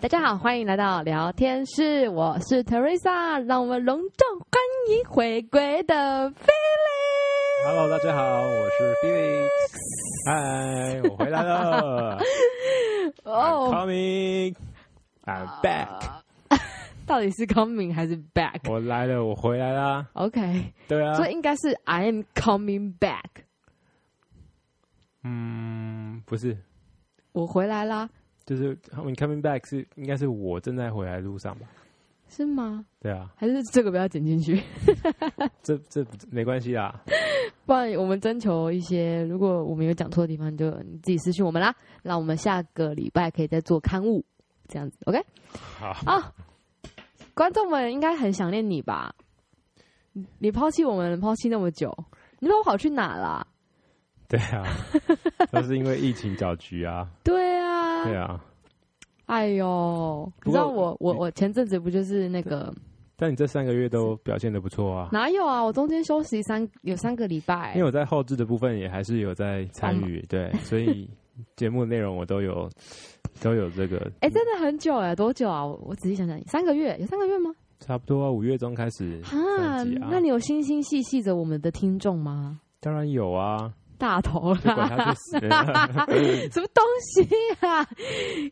大家好，欢迎来到聊天室，我是 Teresa，让我们隆重欢迎回归的 Felix。 Hello，大家好，我是 Felix。嗨，我回来 了。I'm Oh 哦 coming. I'm Uh back. 到底是 coming 还是 back？OK，、我来了，我回来啦。 OK，对啊所，以应该是 I am coming back，嗯，不是，我回来啦，就是 I'm coming back 是应该是我正在回来路上吧？是吗？对啊，还是这个不要剪进去， 这这没关系啊啦。不然我们征求一些，如果我们有讲错的地方，就你自己私讯我们啦。那我们下个礼拜可以再做刊物，这样子 OK。好，啊，观众们应该很想念你吧？你你抛弃我们，抛弃那么久，你把我跑去哪啦？ 对啊，都是因为疫情搅局啊。对啊，对啊，哎呦，你不过知道我我你我前阵子不就是那个但你这三个月都表现的不错啊。哪有啊？我中间休息三有三个礼拜因为，我在后置的部分也还是有在参嗯与，对，所以节目内容我都有都有这个，哎、真的很久哎、多久啊？我我仔细想想，三个月有三个月吗？差不多啊五月中开始啊三集啊，那你有心心细细着我们的听众吗？当然有 啊，大头 就管啦，他去死，什么东西啊？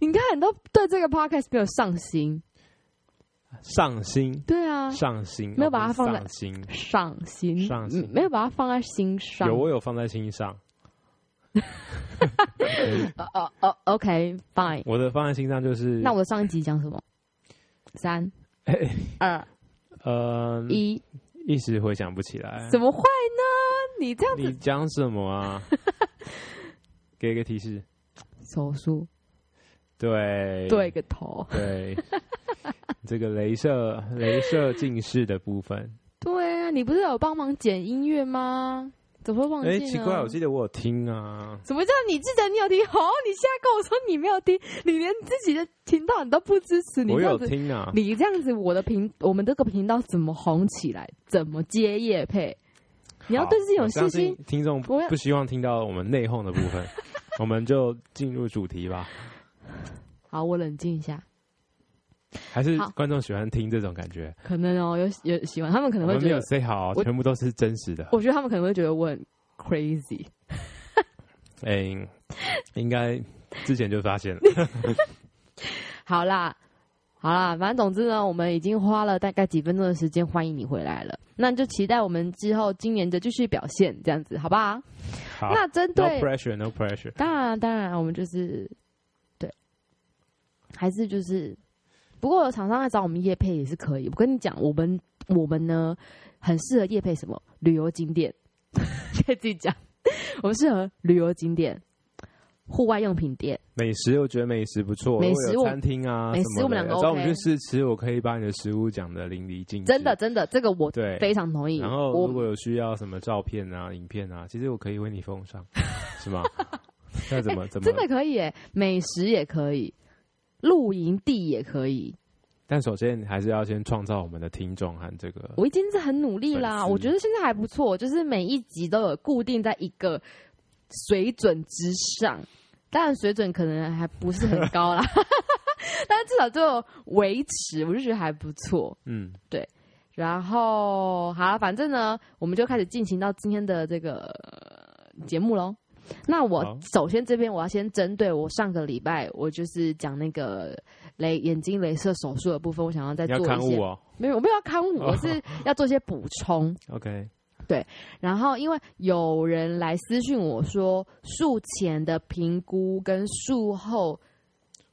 你看你都对这个 podcast 没有上心，上心对啊，上心，没有把它放在上心，上心，上心嗯没有把它放在心上。有啊我有放在心上，哦哦哦，OK fine。我的放在心上就是 那我上一集讲什么？三哎二呃一，一时回想不起来，怎么会呢？你这样你子讲什么 啊？给一个提示，手术对对个头， 对，这个镭射镭射近视的部分。对啊，你不是有帮忙剪音乐吗？怎么会忘记哎、呢？奇怪，我记得我有听啊，什么叫你记得你有听？哦，你现在跟我说你没有听，你连自己的频道你都不支持，你我这样有子听啊，你这样子，我的频，我们这个频道怎么红起来？怎么接业配？你要好对自己有我信相心信。听众不我要不希望听到我们内讧的部 分，我们就进入主题吧。好，我冷静一下，还是好观众喜欢听这种感觉？可能哦、有有喜欢，他们可我能会们没觉有得， say 好，哦我全部都是真实的。我觉得他们可能会觉得我很 crazy。哎、应该之前就发现 了。好啦，好啦，反正总之呢，我们已经花了大概几分钟的时间欢迎你回来了，那就期待我们之后今年的继续表现，这样子好不好？好那针，no 对 pressure，no pressure。当然啊，当然啊，我们就是对，还是就是，不过有厂商来找我们叶配也是可以。我跟你讲，我们我们呢很适合叶配什么旅游景点， 可以自己讲，我们适合旅游景点、户外用品店。美食，我觉得美食不错，美如果食有我餐厅啊，美什么食我们的两个找我们 OK 去试吃，我可以把你的食物讲的淋漓尽致。真的，，真的，这个我对，非常同意。然后如我果有需要什么照片啊、影片啊，其实我可以为你奉 上，是吗？ 那怎么怎么？真的可以耶，美食也可以，露营地也可以。但首先还是要先创造我们的听众和这个我已经是很努力啦，粉丝我觉得现在还不错，就是每一集都有固定在一个水准之上，当然水准可能还不是很高 啦，但至少就维持，我就觉得还不错。嗯，然后好了，反正呢，我们就开始进行到今天的这个呃节目喽。那我好首先这边我要先针对我上个礼拜我就是讲那个雷眼睛镭射手术的部分，我想要再你做要刊一些物哦。没有，我没有要刊物，哦我是要做一些补充。 OK，然后因为有人来私讯我说，术前的评估跟术后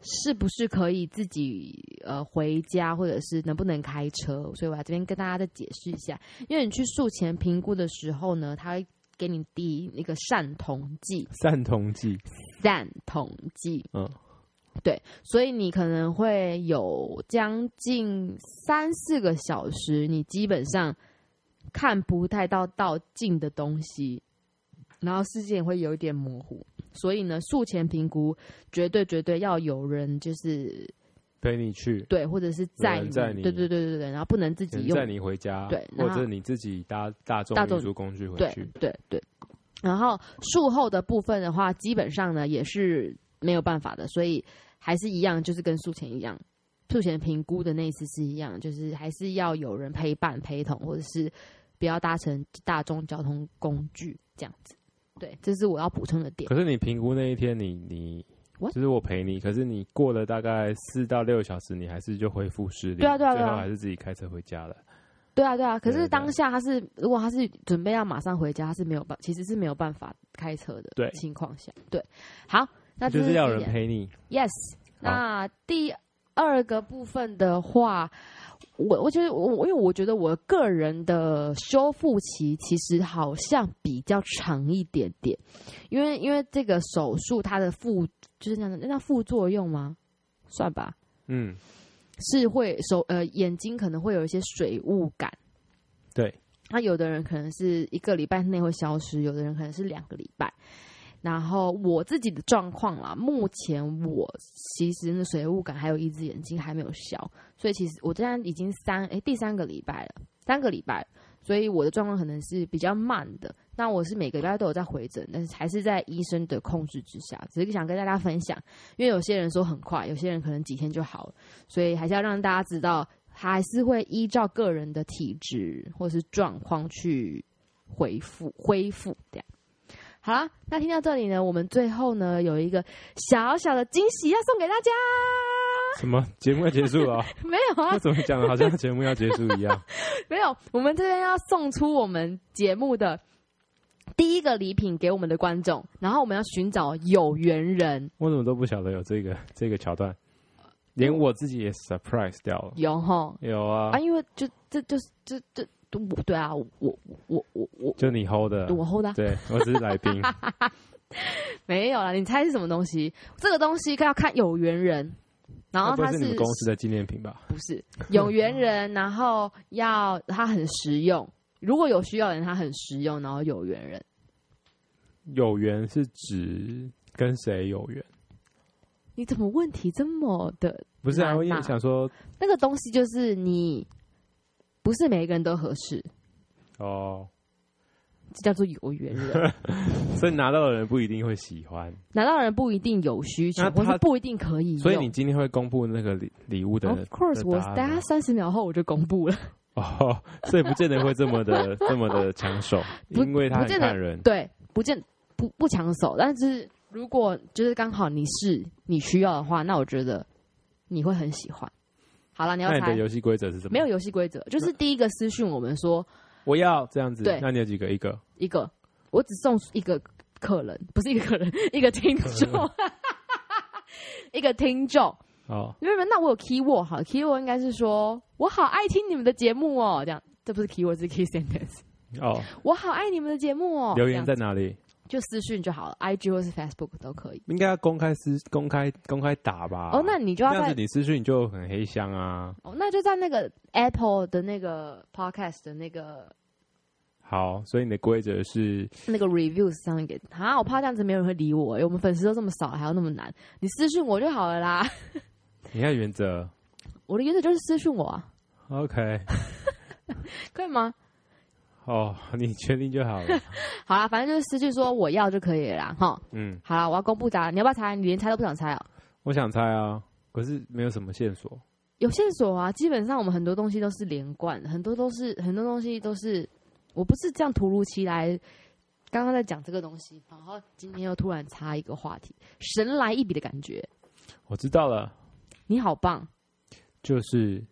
是不是可以自己呃回家，或者是能不能开车，所以我来这边跟大家再解释一下。因为你去术前评估的时候呢，他会给你滴那个散瞳剂，散瞳剂，散瞳剂，嗯，所以你可能会有将近三四个小时，你基本上看不太到到近的东西，然后视线也会有一点模糊。所以呢，术前评估绝对绝对要有人就是陪你去，对，或者是载有人载你对对对对对，然后不能自可己能用载你回家，对或然后者你自己搭大众大众运输工具回对去。对对。然后术后的部分的话，基本上呢也是没有办法的，所以还是一样，就是跟术前一样，术前评估的那一次是一样，就是还是要有人陪伴、陪同，或者是不要搭乘大众交通工具这样子。对，这是我要补充的点可。是你评估那一天你，你 What？就是我陪你，可是你过了大概四到六小时，你还是就恢复失灵，对啊对啊最对啊后还是自己开车回家了。对啊，对啊。可对对是对当下他是，如果他是准备要马上回家，他是没有办，其实是没有办法开车的对情况下。对，好，那这就是是要有第一人点陪你， Yes，那第二个部分的话，我我觉得我我因为我觉得我个人的修复期其实好像比较长一点点，因为因为这个手术它的副就是那那叫副作用吗？算吧，嗯，是会手呃眼睛可能会有一些水雾感。对，那有的人可能是一个礼拜内会消失，有的人可能是两个礼拜。然后我自己的状况啦，目前我其实那水雾感还有一只眼睛还没有消，所以其实我现在已经三哎第三个礼拜了，三个礼拜了，所以我的状况可能是比较慢的。那我是每个礼拜都有在回诊，但是还是在医生的控制之下。只是想跟大家分享，因为有些人说很快，有些人可能几天就好了，所以还是要让大家知道，还是会依照个人的体质或是状况去恢复恢复这样。好啦，那听到这里呢，我们最后呢有一个小小的惊喜要送给大家， 什么节目要结束了哦、没有 啊 那，怎么讲的？好像节目要结束一样。没有，我们这边要送出我们节目的第一个礼品给我们的观众，然后我们要寻找有缘人，我怎么都不晓得有这个 这个桥段，呃连我自己也 surprise 掉了。有吼有啊啊，，因为就这就是这这这我对啊，我我我我我就你 hold 的，我 hold 啊，对我只是来 宾。没有啦，你猜是什么东西？这个东西要看有缘人，然后那不会它是你们公司的纪念品吧？不是有缘人，然后要它很实用。如果有需要的人，他很实用，然后有缘人，有缘是指跟谁有缘？你怎么问题这么的不是啊，那我也那想说那个东西就是你不是每一个人都合适，哦，这叫做有缘人。 所以拿到的人不一定会喜欢，拿到人不一定有需求那，或他是不一定可以用。所以你今天会公布那个礼礼物的 Of course，的我答案大吗家三十秒后我就公布了。 哦，所以不见得会这 么的这么的抢手，不因为他不很见得看人。对，不见不不抢手，但是如果就是刚好你是你需要的话，那我觉得你会很喜欢。好了，你要那你的猜，游戏规则是什么？没有，游戏规则，就是第一个私讯我们说我要这样子对。那你有几个？一个。一个，我只送一个客人，不是一个客人，一个听众， 一个听众。哦，没有，没有那我有 key word 好，key word 应该是说我好爱听你们的节目哦，这样这不是 key word，是 key sentence。哦，我好爱你们的节目哦，留言这在样哪里？就私讯就好了，IG 或是 Facebook 都可以。应该要公开私公开公开打吧？哦，那你就啊这要样在子你私讯就很黑箱啊。哦，那就在那个 Apple 的那个 Podcast 的那个好，所以你的规则是那个 reviews 上面给啊，我怕这样子没有人会理我，我们粉丝都这么少，还要那么难，你私讯我就好了啦。你看原则我的原则就是私讯我啊， ，OK，可以吗？哦，你确定就 好了。好啦，反正就是私讯说我要就可以了啦，哈。嗯，好啦，我要公布答案，你要不要猜？你连猜都不想猜啊、我想猜啊，可是没有什么线索。有线索啊，基本上我们很多东西都是连贯的，很多都是很多东西都是，我不是这样突如其来，刚刚在讲这个东西，然后今天又突然插一个话题，神来一笔的感觉，我知道了，你好棒，就是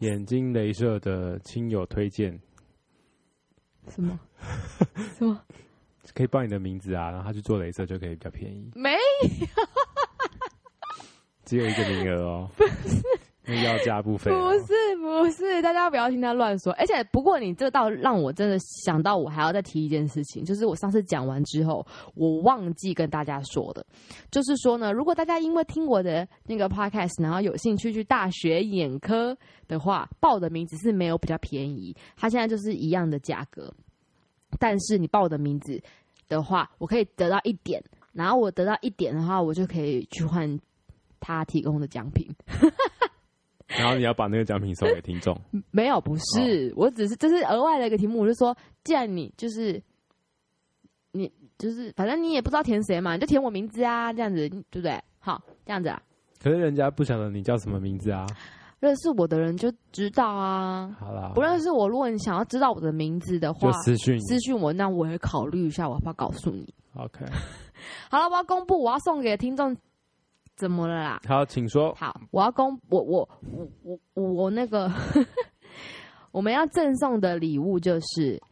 眼睛镭射的亲友推荐，什 么什么可以报你的名字啊，然后他去做镭射就可以比较便宜，没只有一个名额 哦，那要价不菲、不哦。是不是，大家不要听他乱说，而且不过你这倒让我真的想到，我还要再提一件事情，就是我上次讲完之后，我忘记跟大家说的，就是说呢，如果大家因为听我的那个 podcast，然后有兴趣去大学眼科的话，报的名字是没有比较便宜，它现在就是一样的价格，但是你报我的名字的话，我可以得到一点，然后我得到一点的话，我就可以去换他提供的奖品。然后你要把那个奖品送给听众，没有，不是，哦我只是这是额外的一个题目。我就说，既然你就是你就是，反正你也不知道填谁嘛，你就填我名字啊，这样子，对不对？好，这样子啊，可是人家不晓得你叫什么名字啊。认识我的人就知道啊。好啦，不认识我，如果你想要知道我的名字的话就，私讯私讯我，那我也考虑一下，我要不要告诉你？ OK，好了，我要公布，我要送给听众，怎么了啦？好，请说。好，我要公，我我我我我我那个， 我们要赠送的礼物就是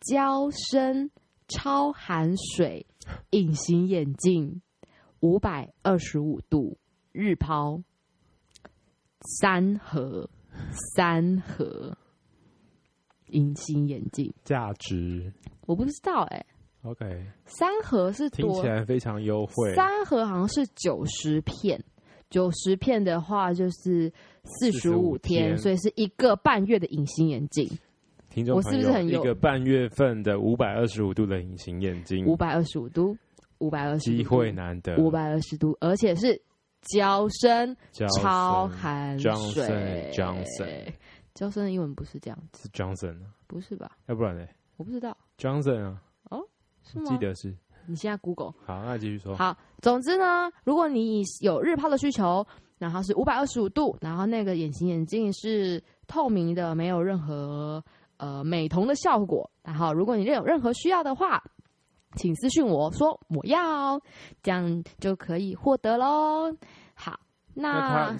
娇生超含水隐形眼镜，五百二十五度日抛，三盒三盒隐形眼镜，价值我不知道哎、 OK，三盒是听多起来非常优惠。三盒好像是九十片，九十片的话就是四十五45天，天所以是一个半月的隐形眼镜，听众我是不朋是友很一有个半月份的五百二十五度的隐形眼镜，五百二十五度，五百二十机会难得，五百二十度，而且是娇生叫超含水。 Johnson Johnson 娇生的英文不是这样子，是 Johnson，啊不是吧？要不然呢我不知道， ？Johnson 啊，是吗？记得是你现在 Google 好，那继续说。好，总之呢，如果你有日抛的需求，然后是五百二十五度，然后那个隐形眼镜是透明的，没有任何呃美瞳的效果。然后如果你有任何需要的话，请私信我说我要，这样就可以获得喽。好，那那它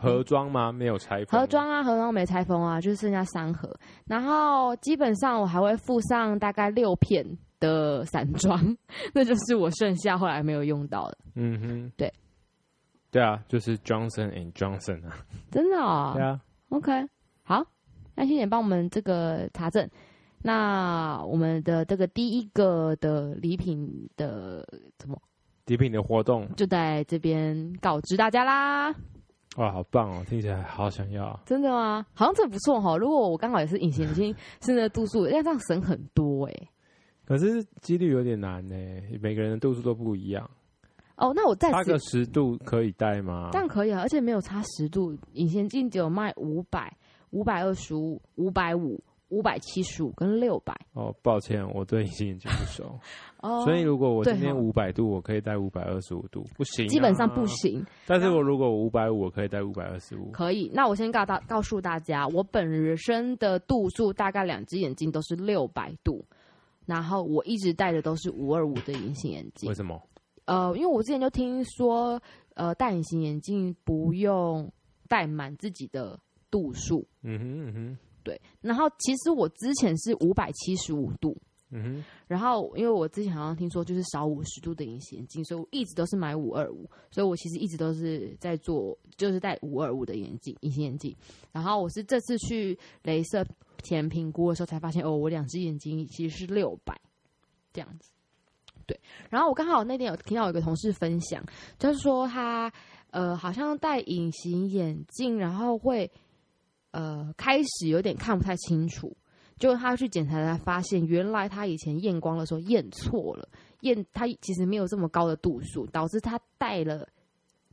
盒装吗？没有拆封盒装啊，盒装没拆封啊，就是剩下三盒。然后基本上我还会附上大概六片的散装， 那就是我剩下后来没有用到的。嗯哼，对，对啊，就是 Johnson and Johnson 啊，真的哦、对啊， o k 好，那谢谢帮我们这个查证。那我们的这个第一个的礼品的怎么礼品的活动就在这边告知大家啦？哇，好棒哦，听起来好想要啊，真的吗？好像这不错哈、如果我刚好也是隐形眼镜是那个度数，要这样省很多哎、可是几率有点难呢，每个人的度数都不一样，哦，那我再八次个十度可以戴吗这？样可以啊，而且没有差十度，隐形眼镜只有卖五百、五百二十五、五百五、五百七十五跟六百哦，抱歉，我对隐形眼镜不熟， 哦，所以如果我今对天哦五百度，我可以戴五百二十五度，不行，啊基本上不。行。但是我如果五百五，我可以戴五百二十五。可以，那我先告大告诉大家，我本身的度数大概两只眼睛都是六百度，然后我一直戴的都是五二五的隐形眼镜为。什么？呃，因为我之前就听说，呃，戴隐形眼镜不用戴满自己的度数，嗯哼嗯哼对。然后其实我之前是五百七十五度，嗯然后因为我之前好像听说就是少五十度的隐形眼镜，所以我一直都是买五二五，所以我其实一直都是在做就是戴五二五的眼镜隐形眼镜。然后我是这次去镭射前评估的时候才发现，哦，我两只眼睛其实是六百这样子。对，然后我刚好那天有听到有一个同事分享，就是说他呃好像戴隐形眼镜，然后会呃开始有点看不太清楚，结果他去检查才发现，原来他以前验光的时候验错了，验他其实没有这么高的度数，导致他戴了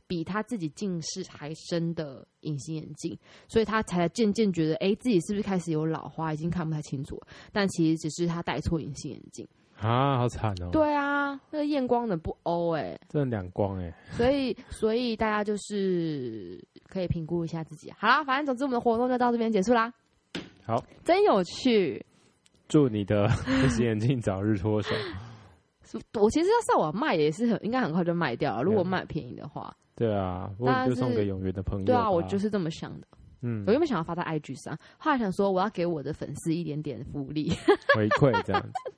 比他自己近视还深的隐形眼镜，所以他才渐渐觉得，哎，自己是不是开始有老花，已经看不太清楚了。但其实只是他戴错隐形眼镜。哼，啊，好惨哦。，对啊，那个验光的不欧哎、这两光哎、所以所以大家就是可以评估一下自己。好啦，反正总之我们的活动就到这边结束啦。好，真有趣。祝 你的 隐形眼镜早日脱手。我其实要上网卖也是很，应该很快就卖掉了。如果嗯卖便宜的话，对啊，我但就是送给永远的朋友吧。对啊，我就是这么想的。嗯我原本想要发在 IG 上，后来想说我要给我的粉丝一点点福利。。回馈这样子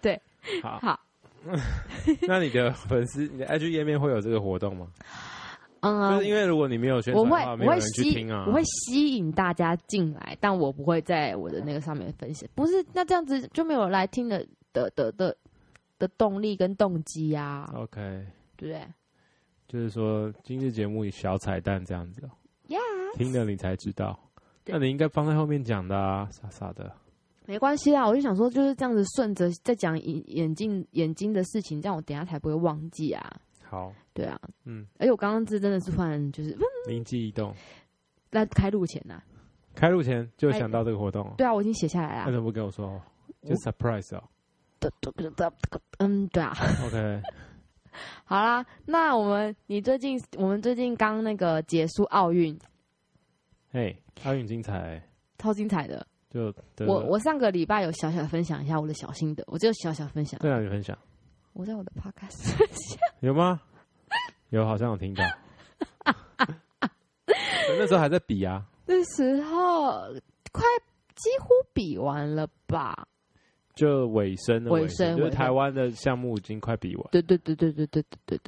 对，好，好， 那你的粉丝，你的 IG 页面会有这个活动吗？嗯就是，因为如果你没有宣我传的会话，我没有会人去吸听啊。我会吸引大家进来，但我不会在我的那个上面分享。不是，那这样子就没有来听的的的的的动力跟动机啊，哦 OK，对不对？就是说今日节目小彩蛋这样子、哦。 Yeah 听了你才知道。对那你应该放在后面讲的啊，傻傻的。没关系啊啦，我就想说就是这样子顺着在讲眼眼镜眼睛的事情，这样我等一下才不会忘记啊。好，对啊，嗯，而且我刚刚这真的是突然就是嗯灵机一动，在开录前呐、开录前就想到这个活动哦，对啊，我已经写下来那了。怎么不跟我说？就 surprise 哦。嗯，对啊， OK，好啦，那我们你最近我们最近刚那个结束奥运，嘿，奥运精彩，超精彩的。就得我我上个礼拜有小小分享一下我的小心得，我就小小分享，对啊，你分享我在我的 podcast 分享。有吗？有，好像有听到。我 那时候还在比啊，那时候快几乎比完了吧？就尾声的尾声，声就是尾声台湾的项目已经快比完。对对对对对对对对对。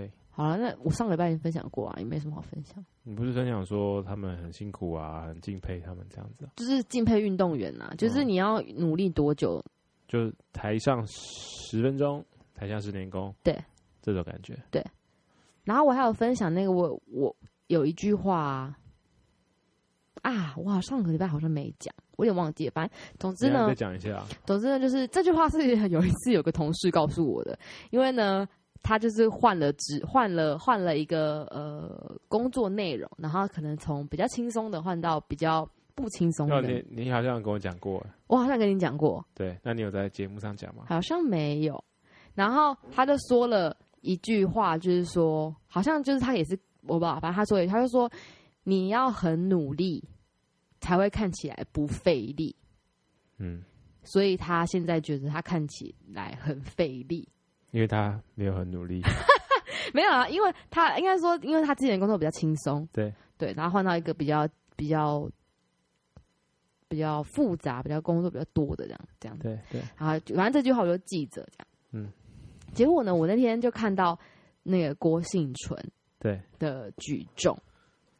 OK，好了，那我上礼拜已经分享过啊，也没什么好分享，你不是分享说他们很辛苦啊，很敬佩他们这样子啊、就是敬佩运动员啊，就是嗯你要努力多久，就是台上十分钟，台下十年功，对，这种感觉。然后我还有分享那个我我有一句话啊，啊我好上个礼拜好像没讲，我有点忘记了。反正总之等一下呢再，讲一下啊，总之呢，就是这句话是 有一次有个同事告诉我的，因为呢，他就是换了职，换了换了一个呃工作内容，然后可能从比较轻松的换到比较不轻松哦，的。你你好像有跟我讲过，我好像跟你讲过，对，那你有在节目上讲吗？好像没有。然后他就说了一句话，就是说，好像就是他也是我吧，反正他说了，他就说你要很努力，才会看起来不费力。嗯，所以他现在觉得他看起来很费力， 因为他没有很努力，没有啊，因为他应该说，因为他之前的工作比较轻松，对对，然后换到一个比较比较比较复杂、比较工作比较多的这样这样子。对对，然后就反正这句话我就记着这样。嗯，结果呢，我那天就看到那个郭幸存对的举重，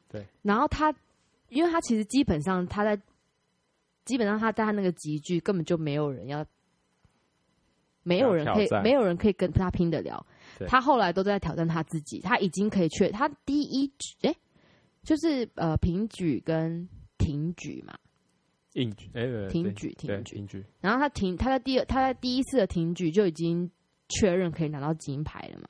对，然后他，因为他其实基本上他在基本上他在他那个集聚根本就没有人要，没有人可要挑以战没有人可以跟他拼得了对。他后来都在挑战他自己，他已经可以确他第一举哎、就是呃平举跟挺举嘛，硬举，哎，对对挺举对挺举，挺举，然后他停，他在第二，他在第一次的停举就已经确认可以拿到金牌了嘛，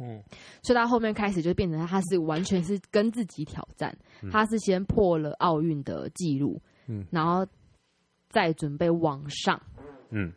嗯，所以他后面开始就变成他是完全是跟自己挑战，嗯他是先破了奥运的记录，嗯然后再准备往上，嗯，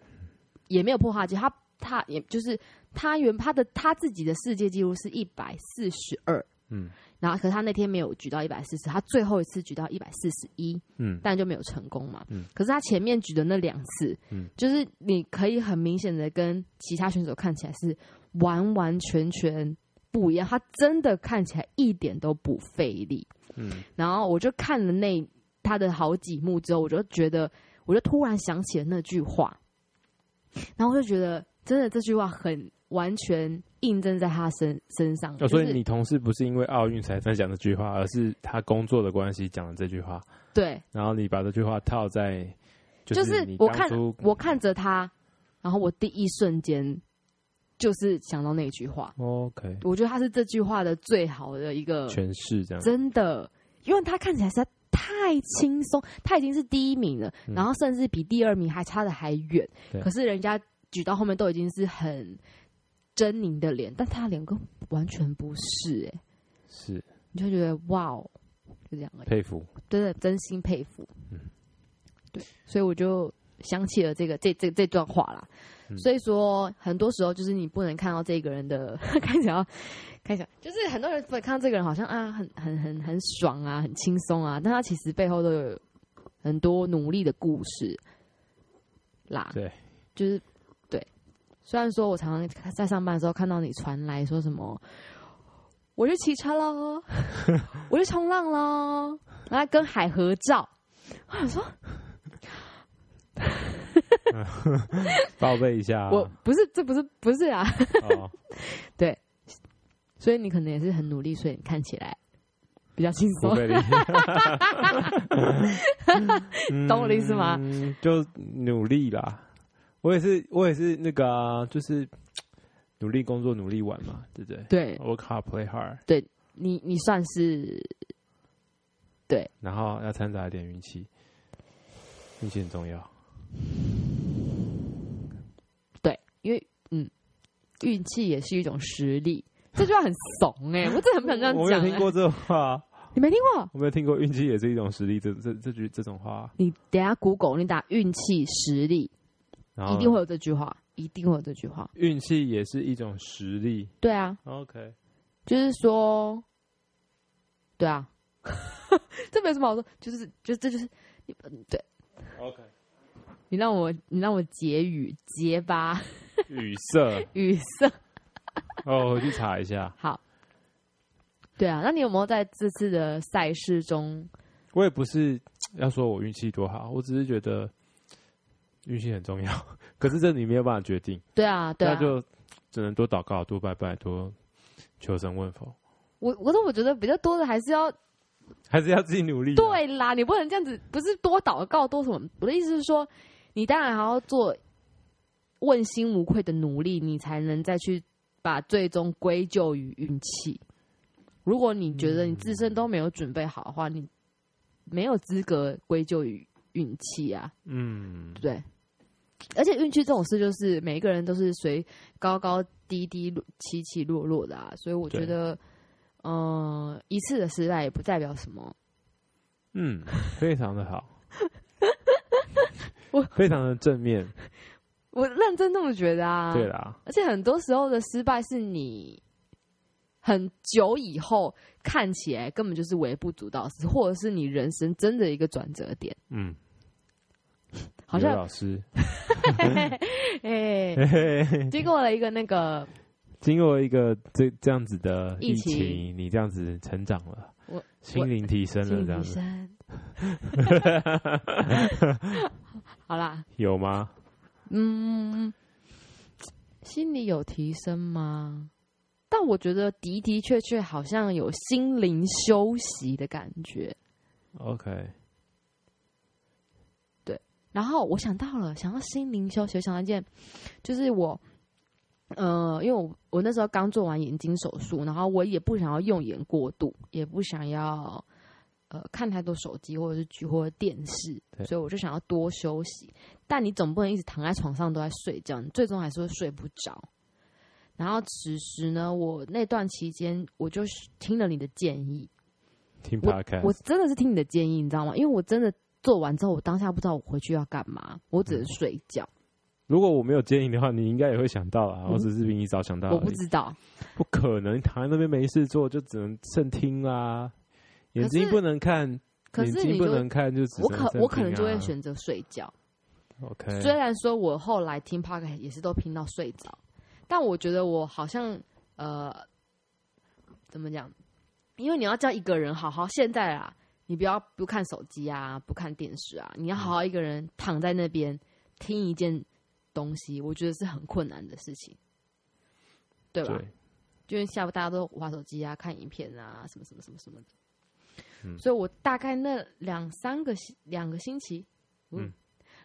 也没有破他的记录，他他也就是他原他的他自己的世界纪录是一百四十二，嗯然后可是他那天没有举到一百四十，他最后一次举到一百四十一，嗯，但就没有成功嘛。嗯可是他前面举的那两次，嗯就是你可以很明显的跟其他选手看起来是完完全全不一样，他真的看起来一点都不费力。嗯，然后我就看了那他的好几幕之后，我就觉得，我就突然想起了那句话，然后我就觉得，真的这句话很完全印证在他身身上。哦，所以就是你同事不是因为奥运才分享这句话，而是他工作的关系讲了这句话，对，然后你把这句话套在，就是是你我当看初我看着他，然后我第一瞬间就是想到那句话， OK 我觉得他是这句话的最好的一个，诠释这样，真的，因为他看起来实在太轻松，他已经是第一名了，嗯然后甚至比第二名还差的还远对，可是人家举到后面都已经是很狰狞的脸，但他的脸跟完全不是、欸，是你就觉得哇哦，就这样而已。佩服，真的真心佩服。嗯对，所以我就想起了这个这这这段话啦。嗯所以说，很多时候就是你不能看到这个人的 看起来要，看起来就是很多人会看到这个人好像啊很很很很爽啊，很轻松啊，但他其实背后都有很多努力的故事啦。对，就是对。虽然说我常常在上班的时候看到你传来说什么，我去骑车 喽，我去冲浪喽，然后啊跟海合照，我想说，报备一下，啊我不是，这不是不是啊， 哦，所以你可能也是很努力，所以你看起来比较轻不松。费力，嗯懂我的意思吗？就努力啦，我也是，我也是那个啊、就是努力工作，努力玩嘛，对不对对？Work hard, play hard，你，你算是然后要掺杂一点运气，运气很重要。对，因为嗯，运气也是一种实力。这句话很怂 哎、我真的很不想这样我没讲、有听欸。过这种话，你没听过？我没有听过运气也是一种实力这这这句这种话，你等一下 Google，你打运气实力，然后一定会有这句话。一定会有这句话。运气也是一种实力。对啊， OK，就是说，对啊， 这没什么好说，就是就是这就是你对 OK，你让我你让我结语结巴 语塞语塞。哦，我去查一下。好，对啊，那你有没有在这次的赛事中？我也不是要说我运气多好，我只是觉得运气很重要。 可是这你没有办法决定，对啊，对啊，那就只能多祷告、多拜拜、多求神问佛，我我都我觉得比较多的还是要还是要自己努力啊。对啦，你不能这样子，不是多祷告多什么？我的意思是说，你当然还要做问心无愧的努力，你才能再去把最终归咎于运气。如果你觉得你自身都没有准备好的话，你没有资格归咎于运气啊，嗯，对不对。而且运气这种事，就是每一个人都是随高高低低、起起落落的啊，所以我觉对得，嗯、一次的失败也不代表什么。，嗯，非常的好我非常的正面。我认真这么觉得啊。对啦，而且很多时候的失败是你很久以后看起来根本就是微不足道的事，或者是你人生真的一个转折点，嗯，好 刘像老师，哎， 经过了一个那个经过一个这这样子的疫疫情情，你这样子成长了，我心灵提升了，心这样理子生， 好啦，有吗？嗯，心理有提升吗？但我觉得的的确确好像有心灵休息的感觉。 OK，然后我想到了，想到心灵休息，我想到一件，就是我，呃，因为我我那时候刚做完眼睛手术，然后我也不想要用眼过度，也不想要呃看太多手机或者是剧或者电视，对所以我就想要多休息。但你总不能一直躺在床上都在睡觉，你最终还是会睡不着。然后此时呢，我那段期间我就听了你的建议，听我 Podcast，我真的是听你的建议，你知道吗？因为我真的做完之后，我当下不知道我回去要干嘛，我只能嗯睡觉，如果我没有建议的话，你应该也会想到啊。嗯我只是比你早想到而已，我不知道。不可能，你躺在那边没事做，就只能慎听啦。可是眼睛不能看，可眼是睛你不就，能看，就只我能可慎听啊我可能就会选择睡觉。 OK，虽然说我后来听 p o c a s t 也是都听到睡着，但我觉得我好像呃，怎么讲？因为你要叫一个人好好现在啦，你不要不看手机啊，不看电视啊，你要好好嗯一个人躺在那边听一件东西，我觉得是很困难的事情，对吧？对，因为下午大家都玩手机啊、看影片啊，什么什么什么什么的。嗯所以我大概那两三个星两个星期，嗯嗯，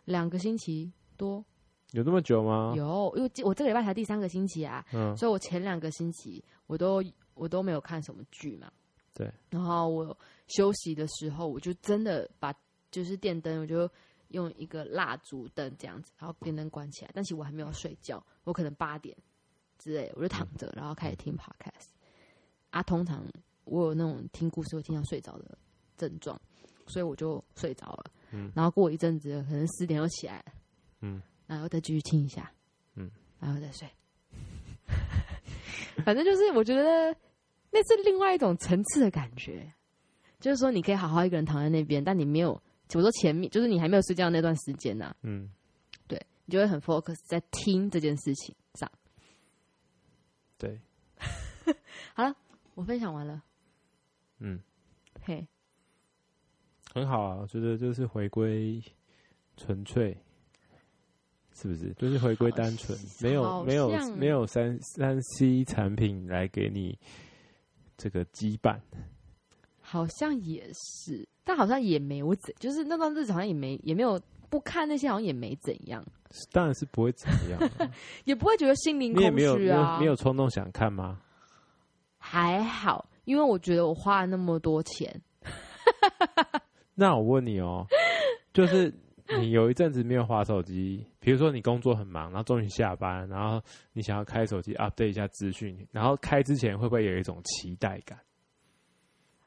两个星期多、有那么久吗？有，因为这我这个礼拜才第三个星期啊，嗯，所以我前两个星期我都我都没有看什么剧嘛。对。然后我休息的时候，我就真的把就是电灯，我就用一个蜡烛灯这样子，然后电灯关起来。但其实我还没有睡觉，我可能八点之类，我就躺嗯着，然后开始听 podcast。啊，通常我有那种听故事会听到睡着的症状，所以我就睡着了。嗯然后过一阵子，可能四点又起来了。嗯。然后再继续听一下。嗯。然后再睡。 反正就是我觉得那是另外一种层次的感觉，就是说你可以好好一个人躺在那边，但你没有，我说前面就是你还没有睡觉的那段时间呐、嗯，你就会很 focus 在听这件事情上。对，我分享完了，嗯，嘿，很好啊，我觉得就是回归纯粹，是不是？就是回归单纯，没有好没有像没有三三 C 产品来给你这个羁绊。好像也是，但好像也没有怎，就是那段日子好像也没也没有不看那些，好像也没怎样，当然是不会怎么样啊、也不会觉得心灵你空也没有没虚啊有没有冲动想看吗？还好，因为我觉得我花了那么多钱，那我问你哦，就是你有一阵子没有划手机，比如说你工作很忙，然后终于下班，然后你想要开手机 update 一下资讯，然后开之前会不会有一种期待感？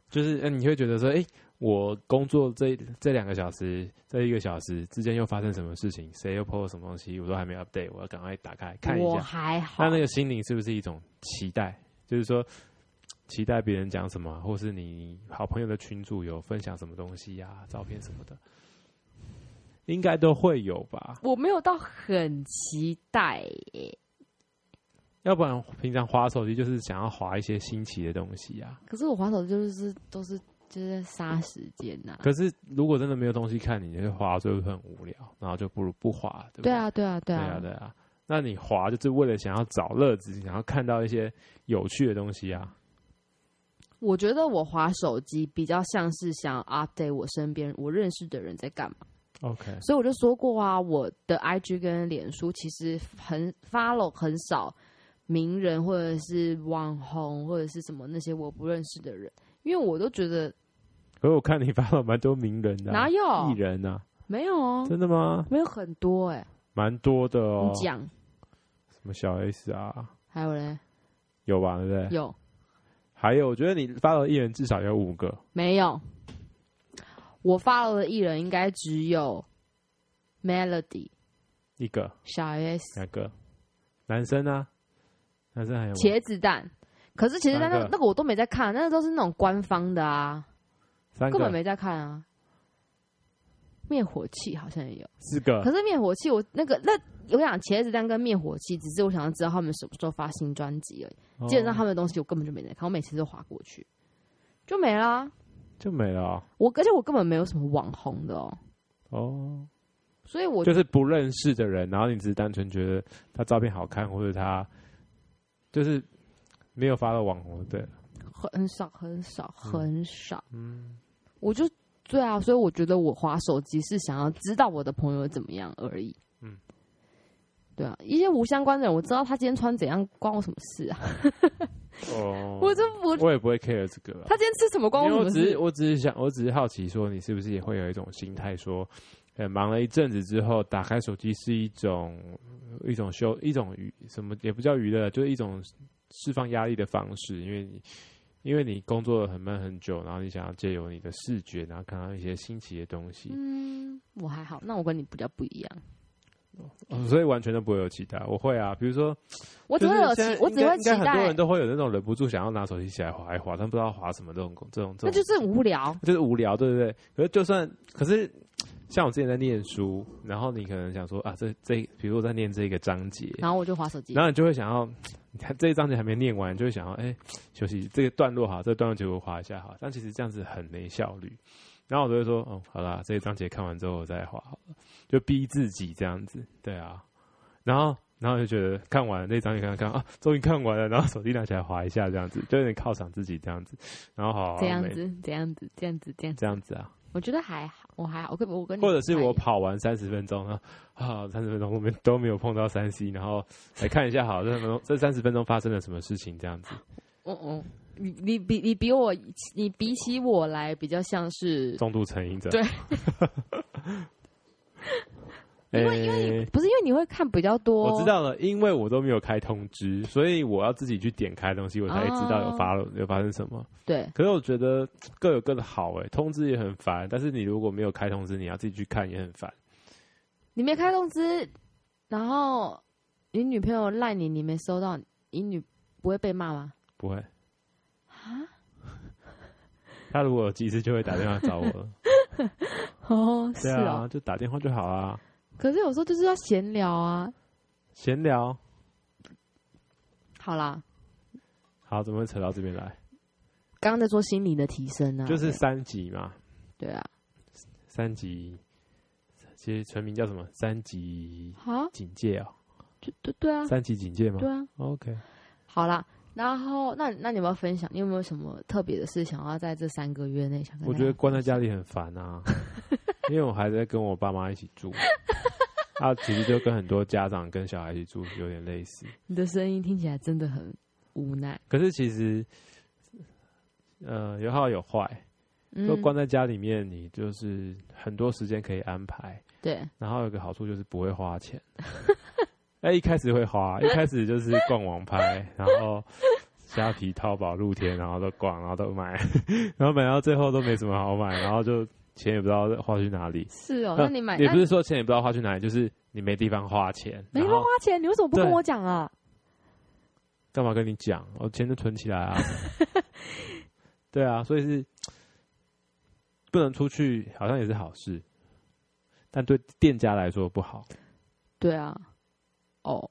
就是、呃、你会觉得说，哎、我工作这这两个小时、这一个小时之间又发生什么事情，谁又 po 了什么东西，我都还没 update，我要赶快打开看一我下。还好那。那个心灵是不是一种期待？就是说，期待别人讲什么，啊或是你好朋友的群主有分享什么东西呀、照片什么的，应该都会有吧？我没有到很期待欸耶，要不然平常滑手机就是想要滑一些新奇的东西啊呀、可是我滑手机就是都是就是在杀时间呐、可是如果真的没有东西看，你就滑就会很无聊，然后就不如不滑，对不对啊，对啊，对对啊，对啊。那你滑就是为了想要找乐子，想要看到一些有趣的东西啊。我觉得我滑手机比较像是想 update 我身边我认识的人在干嘛， OK，所以我就说过啊，我的 IG 跟脸书其实很 follow 很少名人或者是网红或者是什么那些我不认识的人，因为我都觉得可是我看你发了蛮多名人的、啊哪，有艺人啊，没有哦，真的吗？没有很多哎、蛮多的哦你，讲什么小 S 啊，还有嘞，有吧？对不对？有还有，我觉得你发了艺人至少有五个，没有？我 follow 的艺人应该只有 Melody、一个、小 S、两个，男生啊，男生还有吗茄子蛋。可是茄子蛋那三个那个我都没在看，那个都是那种官方的啊，三根本个、没在看啊。灭火器好像也有，四个可，是灭火器我那个那我想茄子蛋跟灭火器，只是我想要知道他们什么时候发新专辑而已。哦基本上他们的东西我根本就没在看，我每次都划过去，就没啦。就没了哦我而且我根本没有什么网红的哦，哦。所以我就是不认识的人，然后你只是单纯觉得他照片好看，或者他就是没有发到网红对，很少很少很少，嗯，我就对啊，所以我觉得我划手机是想要知道我的朋友怎么样而已。嗯嗯，对啊，一些无相关的人，我知道他今天穿怎样，关我什么事啊？哦我就不，我也不会 care 这个啦，他今天吃什么关因为我我什么只是事？我只是想，我只是好奇说，你是不是也会有一种心态说，呃，忙了一阵子之后，打开手机是一种一种休一种娱什么也不叫娱乐，就是一种释放压力的方式，因为你。因为你工作很闷很久，然后你想要借由你的视觉，然后看到一些新奇的东西，嗯，我还好，那我跟你比较不一样，哦所以完全都不会有期待。我会啊，比如说，嗯我只就会是有期现在，我应只该会应期该很多待人，都会有那种忍不住想要拿手机起来划一划，但不知道划什么这种这种这那种，就是很无聊。就是无聊，对不对？可是就算，可是像我之前在念书，然后你可能想说啊，这这，比如说我在念这个章节，然后我就划手机然，后你就会想要， 你看这一章节还没念完，你就会想要，哎、休息这个段落好，这个段落结我划一下好，但其实这样子很没效率。然后我都会说，哦，好啦，这一章节看完之后我再划好了，就逼自己这样子，对啊。然后，然后就觉得看完了这一章节看看啊，终于看完了，然后手机拿起来划一下，这样子就有点犒赏自己这样子。然后好，啊这样没子，这样子，这样子，这样子，这样子啊，我觉得还好，我还好，我跟我跟你或者是不太我一样跑完三十分钟啊，啊，三十分钟我们都没有碰到三 C，然后来看一下好，这30分 钟这三十分钟发生了什么事情这样子。嗯嗯，你你比你比我你比起我来比较像是，重度成瘾者。 对诶，因为因为你不是因为你会看比较多，我知道了，因为我都没有开通知，所以我要自己去点开东西，我才啊知道有发了、有发生什么。对，可是我觉得各有各的好、诶，通知也很烦，但是你如果没有开通知，你要自己去看也很烦。你没开通知，然后你女朋友赖你，你没收到，你女不会被骂吗？不会，啊，他如果有急事就会打电话找我了。 哦，是对啊，哦，就打电话就好啊啦，可是有时候就是要闲聊啊，闲聊。好啦，好，怎么会扯到这边来？啊刚刚在说心灵的提升啊，就是三级嘛，对啊，三级，其实全名叫什么？三级好，警戒啊、就对对啊，三级警戒吗对啊， ？OK，好啦。然后，那那你有没有分享？你有没有什么特别的事想要在这三个月内想跟大家分享？我觉得关在家里很烦 啊，因为我还在跟我爸妈一起住，啊，其实就跟很多家长跟小孩一起住有点类似。你的声音听起来真的很无奈。可是其实，呃，有好有坏。嗯就关在家里面，你就是很多时间可以安排，对，然后有个好处就是不会花钱。哎、一开始会花，一开始就是逛网拍，然后虾皮、淘宝、露天，然后都逛，然后都买，然后买到最后都没什么好买，然后就钱也不知道花去哪里。是哦，呃那你买也那不是说钱也不知道花去哪里，就是你没地方花钱，没然乱后花钱，你为什么不跟对我讲啊？干嘛跟你讲？我钱就存起来 啊。对啊，所以是不能出去，好像也是好事，但对店家来说不好。对啊，哦，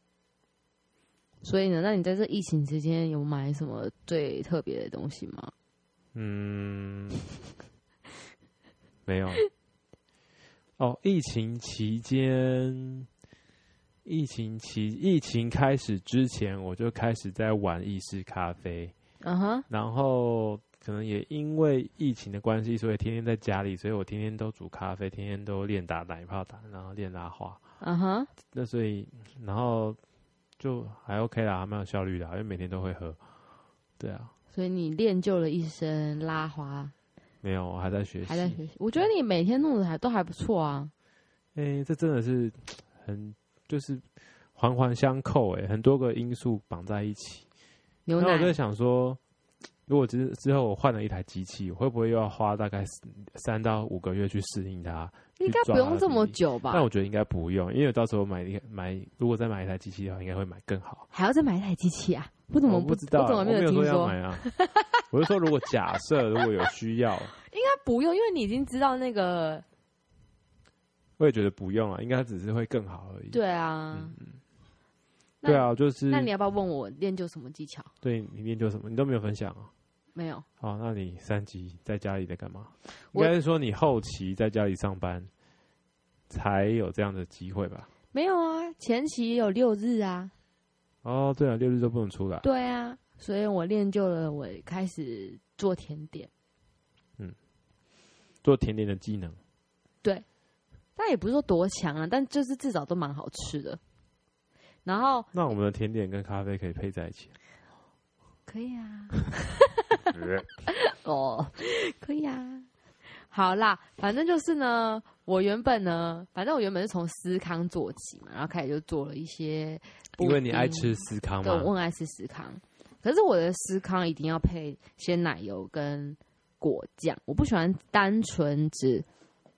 所以呢，那你在这疫情期间有买什么最特别的东西吗？嗯，没有。哦，疫情期间，疫情期疫情开始之前，我就开始在玩意式咖啡。嗯哼，然后可能也因为疫情的关系，所以天天在家里，所以我天天都煮咖啡，天天都练打奶泡打，然后练拉花。嗯哼，那所以，然后就还 OK 啦，还蛮有效率的啊，因为每天都会喝。对啊，所以你练就了一身拉花，没有，我还在学习，还在学习。我觉得你每天弄得还都还不错啊。诶、这真的是很就是环环相扣、诶，很多个因素绑在一起。牛然后奶我就在想说，如果之之后我换了一台机器，我会不会又要花大概三到五个月去适应它？应该不用这么久但吧我？觉得应该不用，因为到时候买一个买，如果再买一台机器的话，应该会买更好。还要再买一台机器啊？我怎么我不知道我啊，怎么我没有听说要说？买啊？我是说，如果假设如果有需要，他不用，因为你已经知道那个。我也觉得不用啊，应该只是会更好而已。对啊，嗯那对啊，就是那你要不要问我练就什么技巧？对你研究什么，你都没有分享啊。没有，好，那你三级在家里在干嘛？应我该是说你后期在家里上班才有这样的机会吧？没有啊，前期也有六日啊，哦，对啊，六日都不能出来。对啊，所以我练就了，我开始做甜点，做甜点的技能，但也不是说多强啊，但就是至少都蛮好吃的。然后那我们的甜点跟咖啡可以配在一 起。可以啊， 哦，可以啊，好啦，反正就是呢，我原本呢，反正我原本是从思康做起嘛，然后开始就做了一些布丁，因为你爱吃司康对，嘛，我很爱吃司康，可是我的司康一定要配鲜奶油跟果酱，我不喜欢单纯只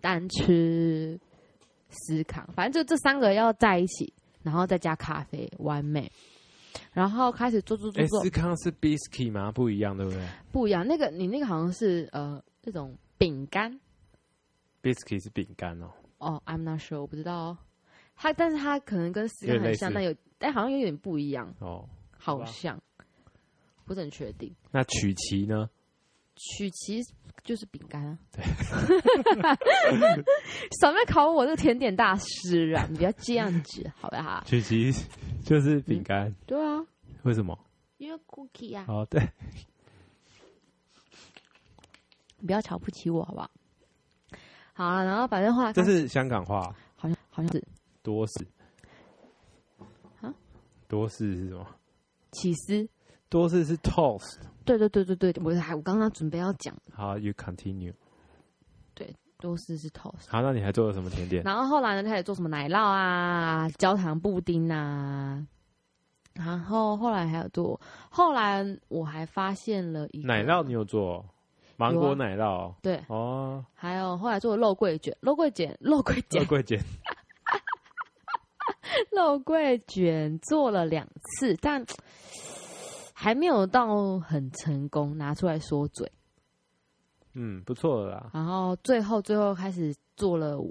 单吃司康，反正就这三个要在一起，然后再加咖啡，完美。然后开始做做做哎，做司，康是 biscuit 吗？不一样，对不对不一样。那个你那个好像是呃那种饼干？biscuit 是饼干哦，哦，I'm not sure，我不知道哦。它但是它可能跟司康有点很类像，似但有但好像有点不一样，哦，好吧像不是很确定。那曲奇呢？曲奇就是饼干啊。 对，少在考我这个甜点大师啊！你不要这样子，好不好？曲奇 就是饼干，对啊，为什么？因为 cookie 啊，哦，对，你不要瞧不起我，好不好？好啊，然后反正后来这看是香港话，好像好像是多士。啊？多士是什么？起司，多士是 toast。对对对对对，我还我刚刚准备要讲好，you continue。都是是 toast，好，那你还做了什么甜点？然后后来呢，开始做什么奶酪啊、焦糖布丁啊，然后后来还有做，后来我还发现了一个奶酪你有做哦？芒有啊果奶酪哦对，哦，还有后来做的肉桂卷、肉桂卷、肉桂肉卷、桂 卷。肉桂卷做了两次，但还没有到很成功，拿出来说嘴。嗯，不错的啦。然后最后最后开始做了我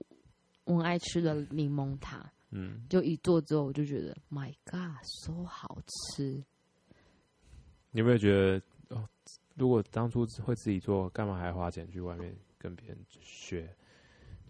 很爱吃的柠檬塔，嗯，就一做之后我就觉得 My God，so 好吃。你有没有觉得哦？如果当初会自己做，干嘛还花钱去外面跟别人学？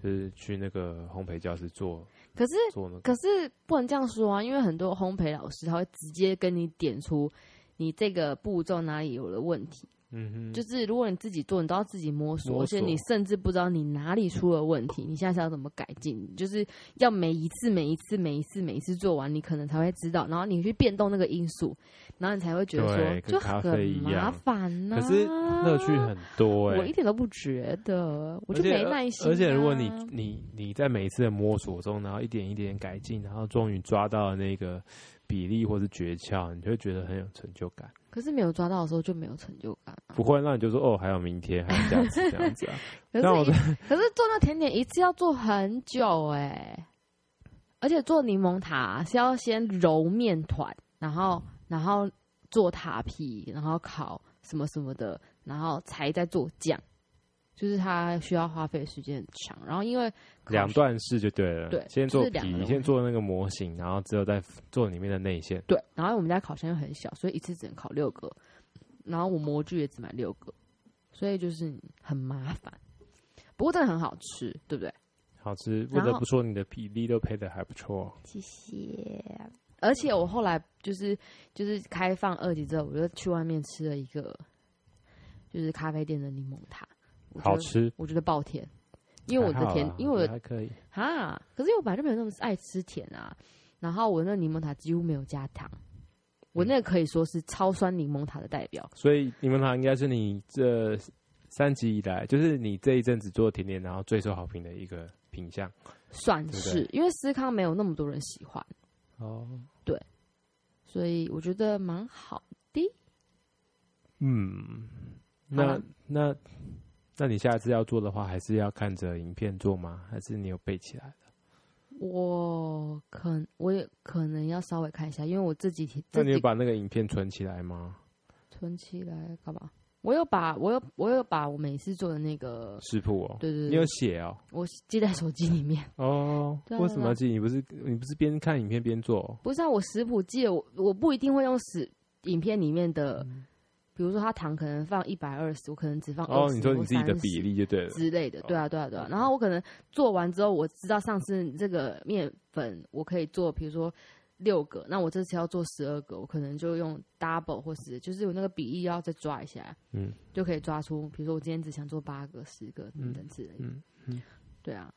就是去那个烘焙教室做可是做那个，可是不能这样说啊，因为很多烘焙老师他会直接跟你点出你这个步骤哪里有了问题。嗯哼，就是如果你自己做，你都要自己摸索，摸索而且你甚至不知道你哪里出了问题，你现在是要怎么改进，就是要每一次、每一次、每一次、每一次做完，你可能才会知道，然后你去变动那个因素，然后你才会觉得说对就跟咖啡很一样麻烦呐、可是乐趣很多哎、我一点都不觉得，我就而且呃没耐心啊、而且如果你你你在每一次的摸索中，然后一点一点改进，然后终于抓到那个比例或是诀窍，你就会觉得很有成就感，可是没有抓到的时候就没有成就感啊。不会让你就说哦，还有明天，还有下次这 样子啊。可但我是一可是做那甜点一次要做很久哎、而且做柠檬塔是要先揉面团，然后然后做塔皮，然后烤什么什么的，然后才再做酱，就是它需要花费的时间很长。然后因为烤两段式就对了，对先就做是两个皮，东先西做那个模型，然后之后再做里面的内馅。对，然后我们家烤箱又很小，所以一次只能烤六个，然后我模具也只买六个，所以就是很麻烦。不过真的很好吃，对不对？好吃，不然后得不说你的比例都配的还不错。谢谢。而且我后来就是就是开放二级之后，我就去外面吃了一个就是咖啡店的柠檬塔，我觉好得吃，我觉得爆甜，因为我还的好啊甜啦，因为我觉的得还可以，哈，可是因为我本来就没有那么爱吃甜啊，然后我那柠檬塔几乎没有加糖，我那个嗯可以说是超酸柠檬塔的代表。所以柠檬塔应该是你这三集以来，就是你这一阵子做甜点，然后最受好评的一个品相。算对不是，因为思康没有那么多人喜欢，哦，所以我觉得蛮好的。嗯，好那啦那那你下次要做的话，还是要看着影片做吗？还是你有背起来的？我可我也可能要稍微看一下，因为我这几天那这你几有把那个影片存起来吗？存起来干嘛？我有把我有我有把我每次做的那个，食谱哦，对对你有对，写哦。我记在手机里面。 哦，对啊为什么对要啊记？你不是你不是边看影片边做哦？不是啊，我食谱记得我我不一定会用食影片里面的，嗯比如说它糖可能放一百二十，我可能只放哦， 20你说你自己的比。或30例就对了。之类的，对啊，对啊，对啊哦。然后我可能做完之后，我知道上次这个面粉我可以做，比如说六个，那我这次要做十二个，我可能就用 double 或是就是我那个比例要再抓一下，嗯，就可以抓出，比如说我今天只想做八个、十个等等之类的，嗯嗯对啊。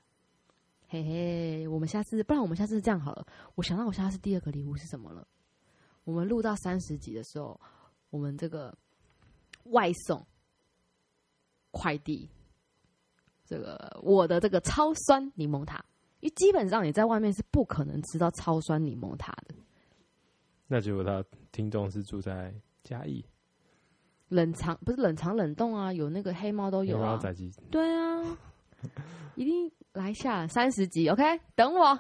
嘿嘿，我们下次，不然我们下次这样好了。我想到我下次第二个礼物是什么了？我们录到三十集的时候，我们这个外送快递，这个我的这个超酸柠檬塔，因为基本上你在外面是不可能吃到超酸柠檬塔的，那结果他听众是住在嘉义，冷藏不是冷藏冷冻啊，有那个黑猫都有然后啊，宅基对啊，一定来一下三十集，OK，等 我。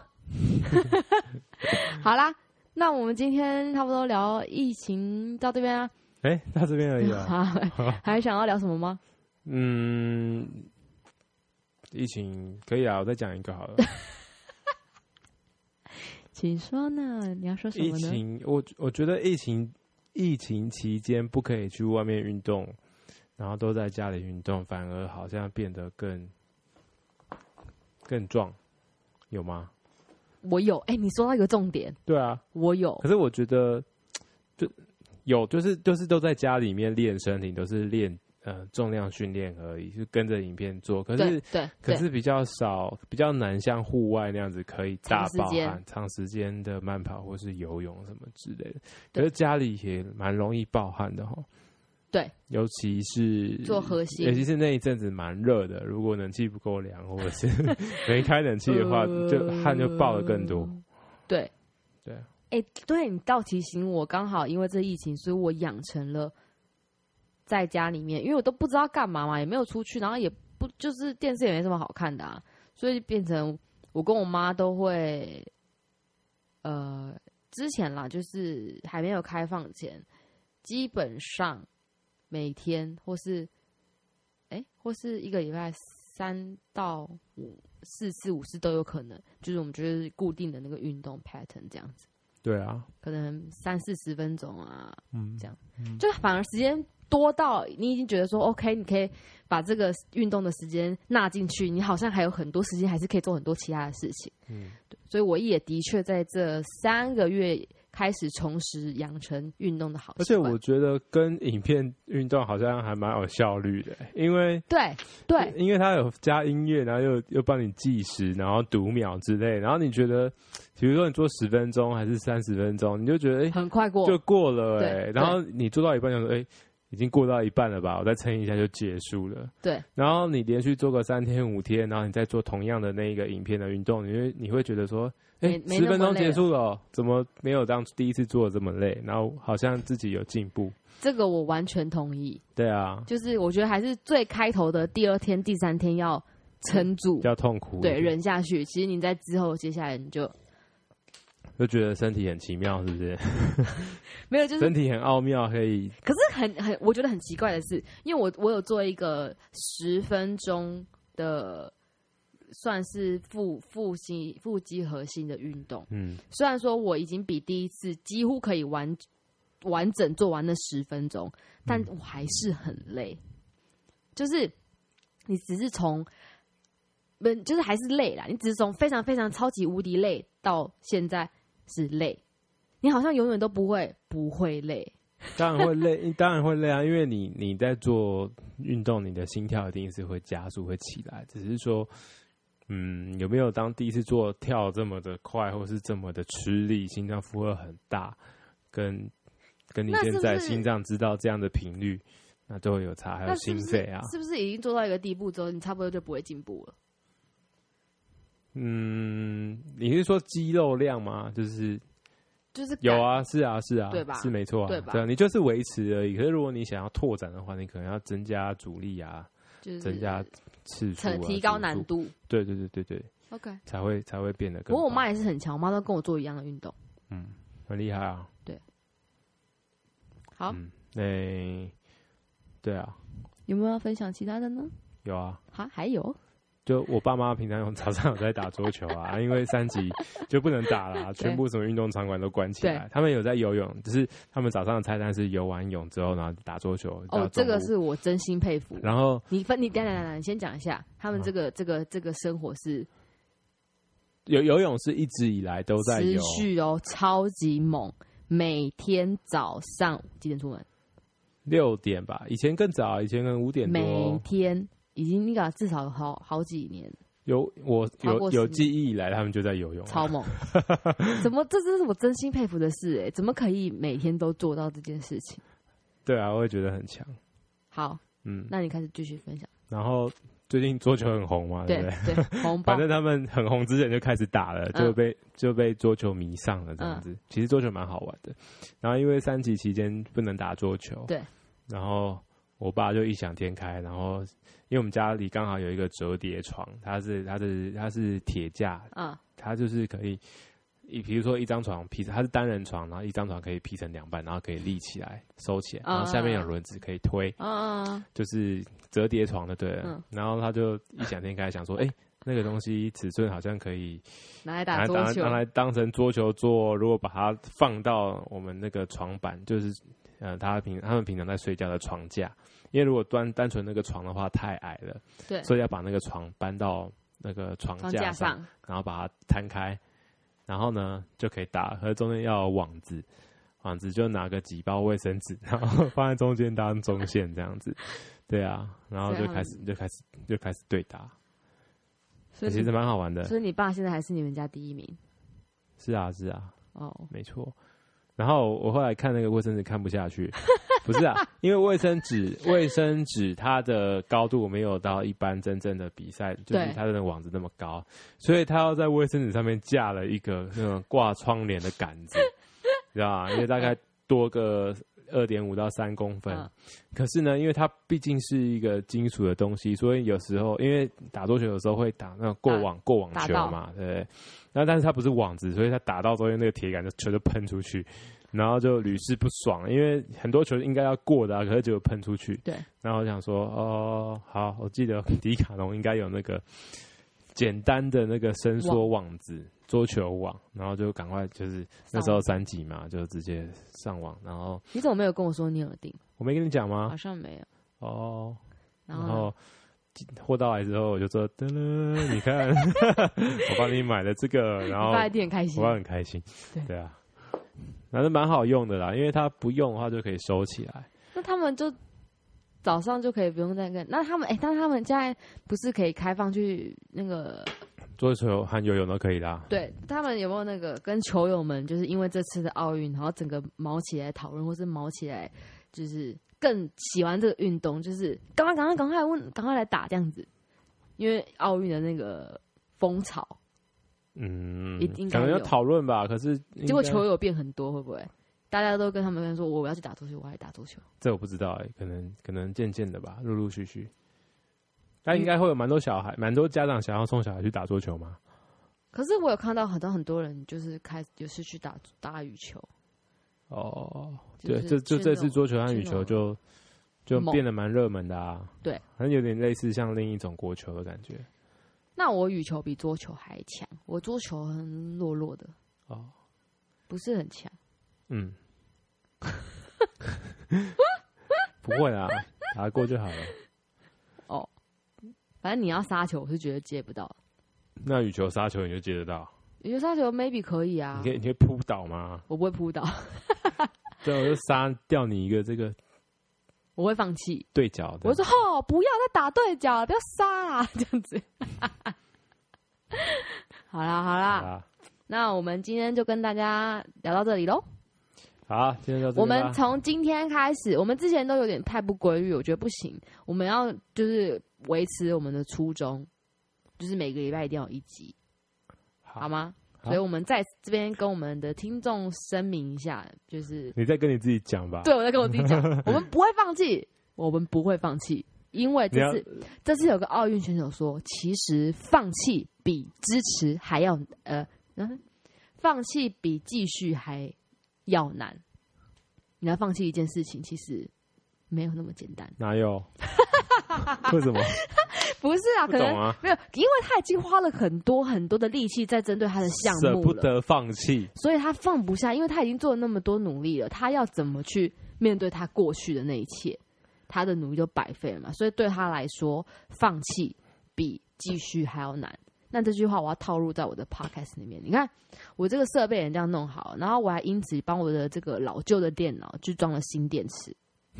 好啦，那我们今天差不多聊疫情到这边啊，哎、到这边而已啊。好 还想要聊什么吗？嗯，疫情可以啊，我再讲一个好 了。请说呢，你要说什疫么呢？情，我我觉得疫情疫情期间不可以去外面运动，然后都在家里运动，反而好像变得更更壮，有吗？我有，哎、你说到一个重点，对啊，我有可，是我觉得，就有就是就是都在家里面练身体，都是练呃重量训练而已，就跟着影片做。可对是对可对，是比较少，比较难像户外那样子可以大长时爆间汗、长时间的慢跑或是游泳什么之类的。可对是家里也蛮容易爆汗的哈。对，尤其是做核心尤其是那一阵子蛮热的，如果冷气不够凉，或 者是没开冷气的话，就呃汗就爆的更多。对对，哎、对你倒提醒我，刚好因为这疫情，所以我养成了在家里面，因为我都不知道干嘛嘛，也没有出去，然后也不就是电视也没什么好看的啊，所以变成我跟我妈都会，呃，之前啦，就是还没有开放前，基本上每天或是哎、或是一个礼拜三到五四四五次都有可能，就是我们就是固定的那个运动 pattern 这样子，对啊，可能三四十分钟啊，嗯，这样就反而时间多到你已经觉得说 OK，你可以把这个运动的时间纳进去，你好像还有很多时间，还是可以做很多其他的事情。嗯对，所以我也的确在这三个月开始重拾养成运动的好而习且惯。我觉得跟影片运动好像还蛮有效率的，因为对对，因为它有加音乐，然后又又帮你计时，然后读秒之类，然后你觉得，比如说你做十分钟还是三十分钟，你就觉得哎、诶很快过，就过了哎、对然后你做到一半就说哎、诶已经过到一半了吧，我再撑一下就结束了。对，然后你连续做个三天五天，然后你再做同样的那一个影片的运动，你会你会觉得说，哎、没没那十么分钟累了结束了哦，怎么没有当第一次做的这么累？然后好像自己有进步。这个我完全同意。对啊，就是我觉得还是最开头的第二天、第三天要撑住比，较痛苦一点，对，忍下去。其实你在之后接下来你就就觉得身体很奇妙，是不是？没有， 就是身体很奥妙，可以可是很很，我觉得很奇怪的是，因为我我有做一个十分钟的，算是腹腹肌腹肌核心的运动。嗯虽然说我已经比第一次几乎可以完完整做完那十分钟，嗯但我还是很累。就是你只是从，不就是还是累啦，你只是从非常非常超级无敌累到现在是累，你好像永远都不会不会累。当然会累， 当然会累啊，因为你你在做运动，你的心跳一定是会加速会起来，只是说，嗯，有没有当第一次做跳这么的快，或是这么的吃力，心脏负荷很大，跟跟你那是现不在是心脏知道这样的频率，那都会有差，还有那是心不是肺啊，是不是已经做到一个地步之后，你差不多就不会进步了？嗯，你是说肌肉量吗？就是就是感有，啊，是啊，是啊，对吧是没错啊，对吧啊，你就是维持而已。可是如果你想要拓展的话，你可能要增加阻力啊，就是增加次数、啊成，嗯提高次数难。度。对对对对对， OK，才会才会变得不更棒。过我妈也是很强，我妈都跟我做一样的运动。很厉害啊。好，嗯那、对啊，有没有要分享其他的呢？有啊。好，还有，就我爸妈平常有早上有在打桌球啊， 因为三级就不能打啦，对全部什么运动场馆都关起来。他们有在游泳，只是他们早上的菜单是游完泳之后，然后打桌球。打哦，这中个午是我真心佩服。然后你分你等一下等一下等一下，你先讲一下他们嗯这个、这个这个生活是游游泳是一直以来都在持游，续哦，超级猛，每天早上几点出门？六点吧，以前更早，以前可能五点每多。天已经那个至少好好几年，有我超有过有十年记忆以来，他们就在游泳啊、超 猛！怎么这真是我真心佩服的事哎、怎么可以每天都做到这件事情？对啊，我也觉得很强。好，嗯，那你开始继续分享。然后最近桌球很红嘛，对对不对？对，红包反正他们很红之前就开始打了，嗯就被、就被桌球迷上了这样子。其实桌球蛮好玩的，然后因为三级期间不能打桌球，对，然后我爸就异想天开，然后因为我们家里刚好有一个折叠床，它是它是它是铁架，啊，它就是可以，一比如说一张床劈，它是单人床，然后一张床可以劈成两半，然后可以立起来收起来，然后下面有轮子可以推，啊啊啊！就是折叠床的对了。嗯然后他就异想天开，想说，哎、那个东西尺寸好像可以拿来拿打来桌当球拿，来当成桌球桌，如果把它放到我们那个床板，就是呃，他平他们平常在睡觉的床架，因为如果单单纯那个床的话太矮了，对，所以要把那个床搬到那个床床架架上，然后把它摊开，然后呢就可以打，可是中间要有网子，网子就拿个几包卫生纸， 然后放在中间当中线这样子，对啊，然后所以就他们开始就开始就开始对打，欸所其以你实蛮好玩的，所以你爸现在还是你们家第一名是啊是啊，哦。没错。然后我后来看那个卫生纸看不下去，不是啊，因为卫生纸卫生纸它的高度没有到一般真正的比赛，就对是它的那个网子那么高，所以它要在卫生纸上面架了一个那种挂窗帘的杆子，你知道吗？因为大概多个二点五到三公分，嗯可是呢，因为它毕竟是一个金属的东西，所以有时候因为打桌球有时候会打那种过网过网球嘛，对不对？那但是它不是网子，所以它打到中间那个铁杆就球就喷出去，然后就屡试不爽，因为很多球应该要过的、啊，可是结果喷出去。对，然后我想说，哦，好，我记得迪卡侬应该有那个简单的那个伸缩网子。桌球网，然后就赶快就是那时候三级嘛，就直接上网，然后哦你怎么没有跟我说你有订？我没跟你讲吗好？像没有。哦，然啊然后后货到来之后，我就说：“噔噔， 你看， 我帮你买了这个。”然呢后你爸一定很开我心。爸很开心对，对啊，反正蛮好用的啦，因为它不用的话就可以收起来。那他们就早上就可以不用再跟。那他们哎、但是他们现在不是可以开放去那个？桌球和游泳都可以啦。对他们有没有那个跟球友们，就是因为这次的奥运，然后整个毛起来讨论，或是毛起来就是更喜欢这个运动，就是赶快赶快赶快问，赶快来打这样子，因为奥运的那个风潮，嗯一定，可能要有讨论吧。可是应该结果球友变很多，会不会？大家都跟他们说，我要去打足球，我要去打足球。这我不知道哎、可能可能渐渐的吧，陆陆续续。那嗯应该会有蛮多小孩，蛮多家长想要送小孩去打桌球嘛？可是我有看到很多很多人就是开始就是去打打羽球，哦，就对，是这就去这那次种桌球和去羽那球就就变得蛮热门的啊。对，好像有点类似像另一种国球的感觉。那我羽球比桌球还强，我桌球很弱弱的，哦，不是很强。嗯，不会啦，打过就好了。反正你要杀球，我是觉得接不到。那羽球杀球你就接得到，羽球杀球 maybe 可以啊你可，以你可以扑倒吗？我不会扑倒，对，啊我就杀掉你一个这个 我会放弃。对角的。我就说吼、不要再打对角了，不要杀啦，这样子。 好啦好好啦，啦，那我们今天就跟大家聊到这里喽。好，今天就到这我边吧们从今天开始，我们之前都有点太不规律，我觉得不行。我们要就是维持我们的初衷，就是每个礼拜一定要有一集，好好，吗？好所以我们在这边跟我们的听众声明一下，就是你再跟你自己讲吧。对我在跟我自己 讲，我们不会放弃，我们不会放弃，因为你这要次这次有个奥运选手说，其实放弃比支持还要呃，嗯放弃比继续还要难。你要放弃一件事情，其实没有那么简单。哪有？为什么？不是啊，不可懂能、啊，没有，因为他已经花了很多很多的力气在针对他的项舍目不了，得放弃。所以他放不下，因为他已经做了那么多努力了，他要怎么去面对他过去的那一切？他的努力都白费了嘛，所以对他来说，放弃比继续还要难。那这句话我要套入在我的 podcast 里面。你看，我这个设备也这样弄好，然后我还因此帮我的这个老旧的电脑去装了新电池，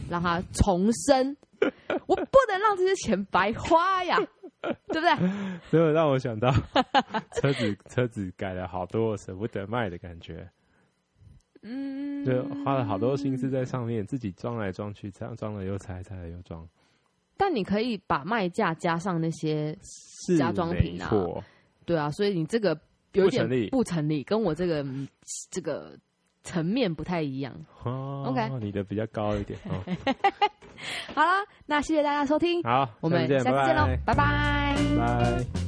让它重生。 我不能让这些钱白花呀，对不对？ 真的让我想到车子 车子改了好多舍不得卖的感觉，嗯，就花了好多心思在上面，自己装来装去，这样装了又拆，拆了又装，但你可以把卖价加上那些是家装品没啊错。对啊，所以你这个有点不成立不成立，跟我这个嗯这个层面不太一样。哦 OK 你的比较高一点。 哦、好啦，那谢谢大家收听，好，我们下下次见喽拜拜，拜拜。拜